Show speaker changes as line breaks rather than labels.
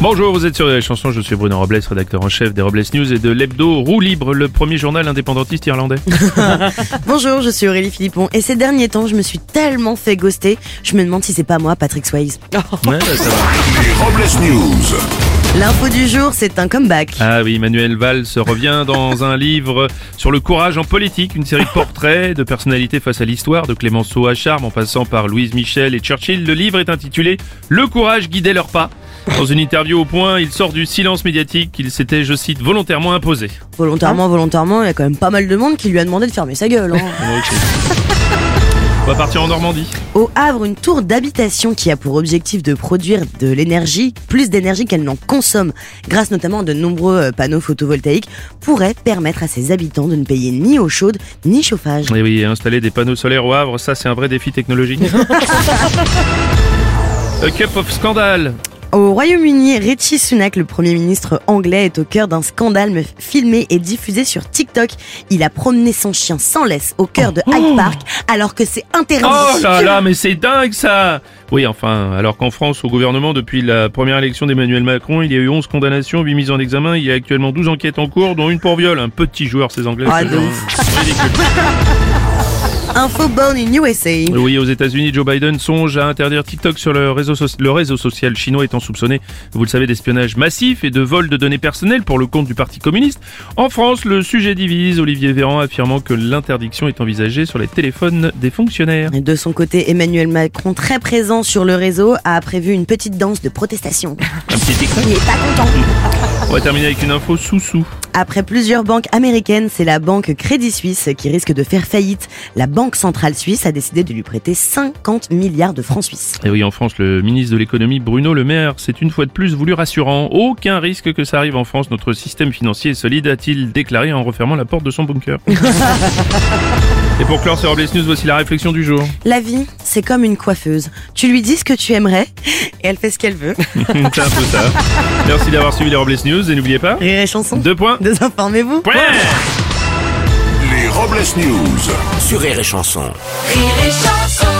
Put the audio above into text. Bonjour, vous êtes sur les chansons, je suis Bruno Robles, rédacteur en chef des Robles News et de l'hebdo Roue Libre, le premier journal indépendantiste irlandais.
Bonjour, je suis Aurélie Philippon et ces derniers temps, je me suis tellement fait ghoster, je me demande si c'est pas moi, Patrick Swayze.
Ouais, ça va.
Les Robles News.
L'info du jour, c'est un comeback.
Ah oui, Manuel Valls revient dans un livre sur le courage en politique, une série de portraits de personnalités face à l'histoire, de Clémenceau à Charme en passant par Louise Michel et Churchill. Le livre est intitulé Le courage guidait leurs pas. Dans une interview au point, il sort du silence médiatique qu'il s'était, je cite, volontairement imposé.
Volontairement, volontairement, il y a quand même pas mal de monde qui lui a demandé de fermer sa gueule. hein.
Ok. On va partir en Normandie.
Au Havre, une tour d'habitation qui a pour objectif de produire de l'énergie, plus d'énergie qu'elle n'en consomme, grâce notamment à de nombreux euh, panneaux photovoltaïques, pourrait permettre à ses habitants de ne payer ni eau chaude ni chauffage.
Et Eh oui, installer des panneaux solaires au Havre, ça c'est un vrai défi technologique. A Cup of Scandale.
Au Royaume-Uni, Richie Sunak, le Premier ministre anglais, est au cœur d'un scandale me- filmé et diffusé sur TikTok. Il a promené son chien sans laisse au cœur de Hyde Park alors que c'est interdit.
Oh là là, mais c'est dingue ça Oui, enfin, alors qu'en France, au gouvernement, depuis la première élection d'Emmanuel Macron, il y a eu 11 condamnations, 8 mises en examen, il y a actuellement 12 enquêtes en cours, dont une pour viol. Un petit joueur, ces Anglais. hein.
Ah,
ce
de
genre.
Info born in USA.
Oui, aux États-Unis, Joe Biden songe à interdire TikTok sur le réseau, soci- le réseau social chinois étant soupçonné, vous le savez, d'espionnage massif et de vol de données personnelles pour le compte du Parti communiste. En France, le sujet divise, Olivier Véran affirmant que l'interdiction est envisagée sur les téléphones des fonctionnaires.
De son côté, Emmanuel Macron, très présent sur le réseau, a prévu une petite danse de protestation.
Un petit TikTok.
Il est pas content.
On va terminer avec une info sous-sous.
Après plusieurs banques américaines, c'est la banque Crédit Suisse qui risque de faire faillite. La Banque Centrale Suisse a décidé de lui prêter 50 milliards de francs suisses.
Et oui, en France, le ministre de l'économie Bruno Le Maire s'est une fois de plus voulu rassurant. Aucun risque que ça arrive en France, notre système financier est solide, a-t-il déclaré en refermant la porte de son bunker. Et pour clore ce Robles News, voici la réflexion du jour.
La vie, c'est comme une coiffeuse. Tu lui dis ce que tu aimerais et elle fait ce qu'elle veut.
C'est un peu ça. Merci d'avoir suivi les Robles News et n'oubliez pas,
Rire et chanson.
deux points.
Désinformez-vous.
Point
Les Robles News.
Sur Rire et Chanson.
Rire et chanson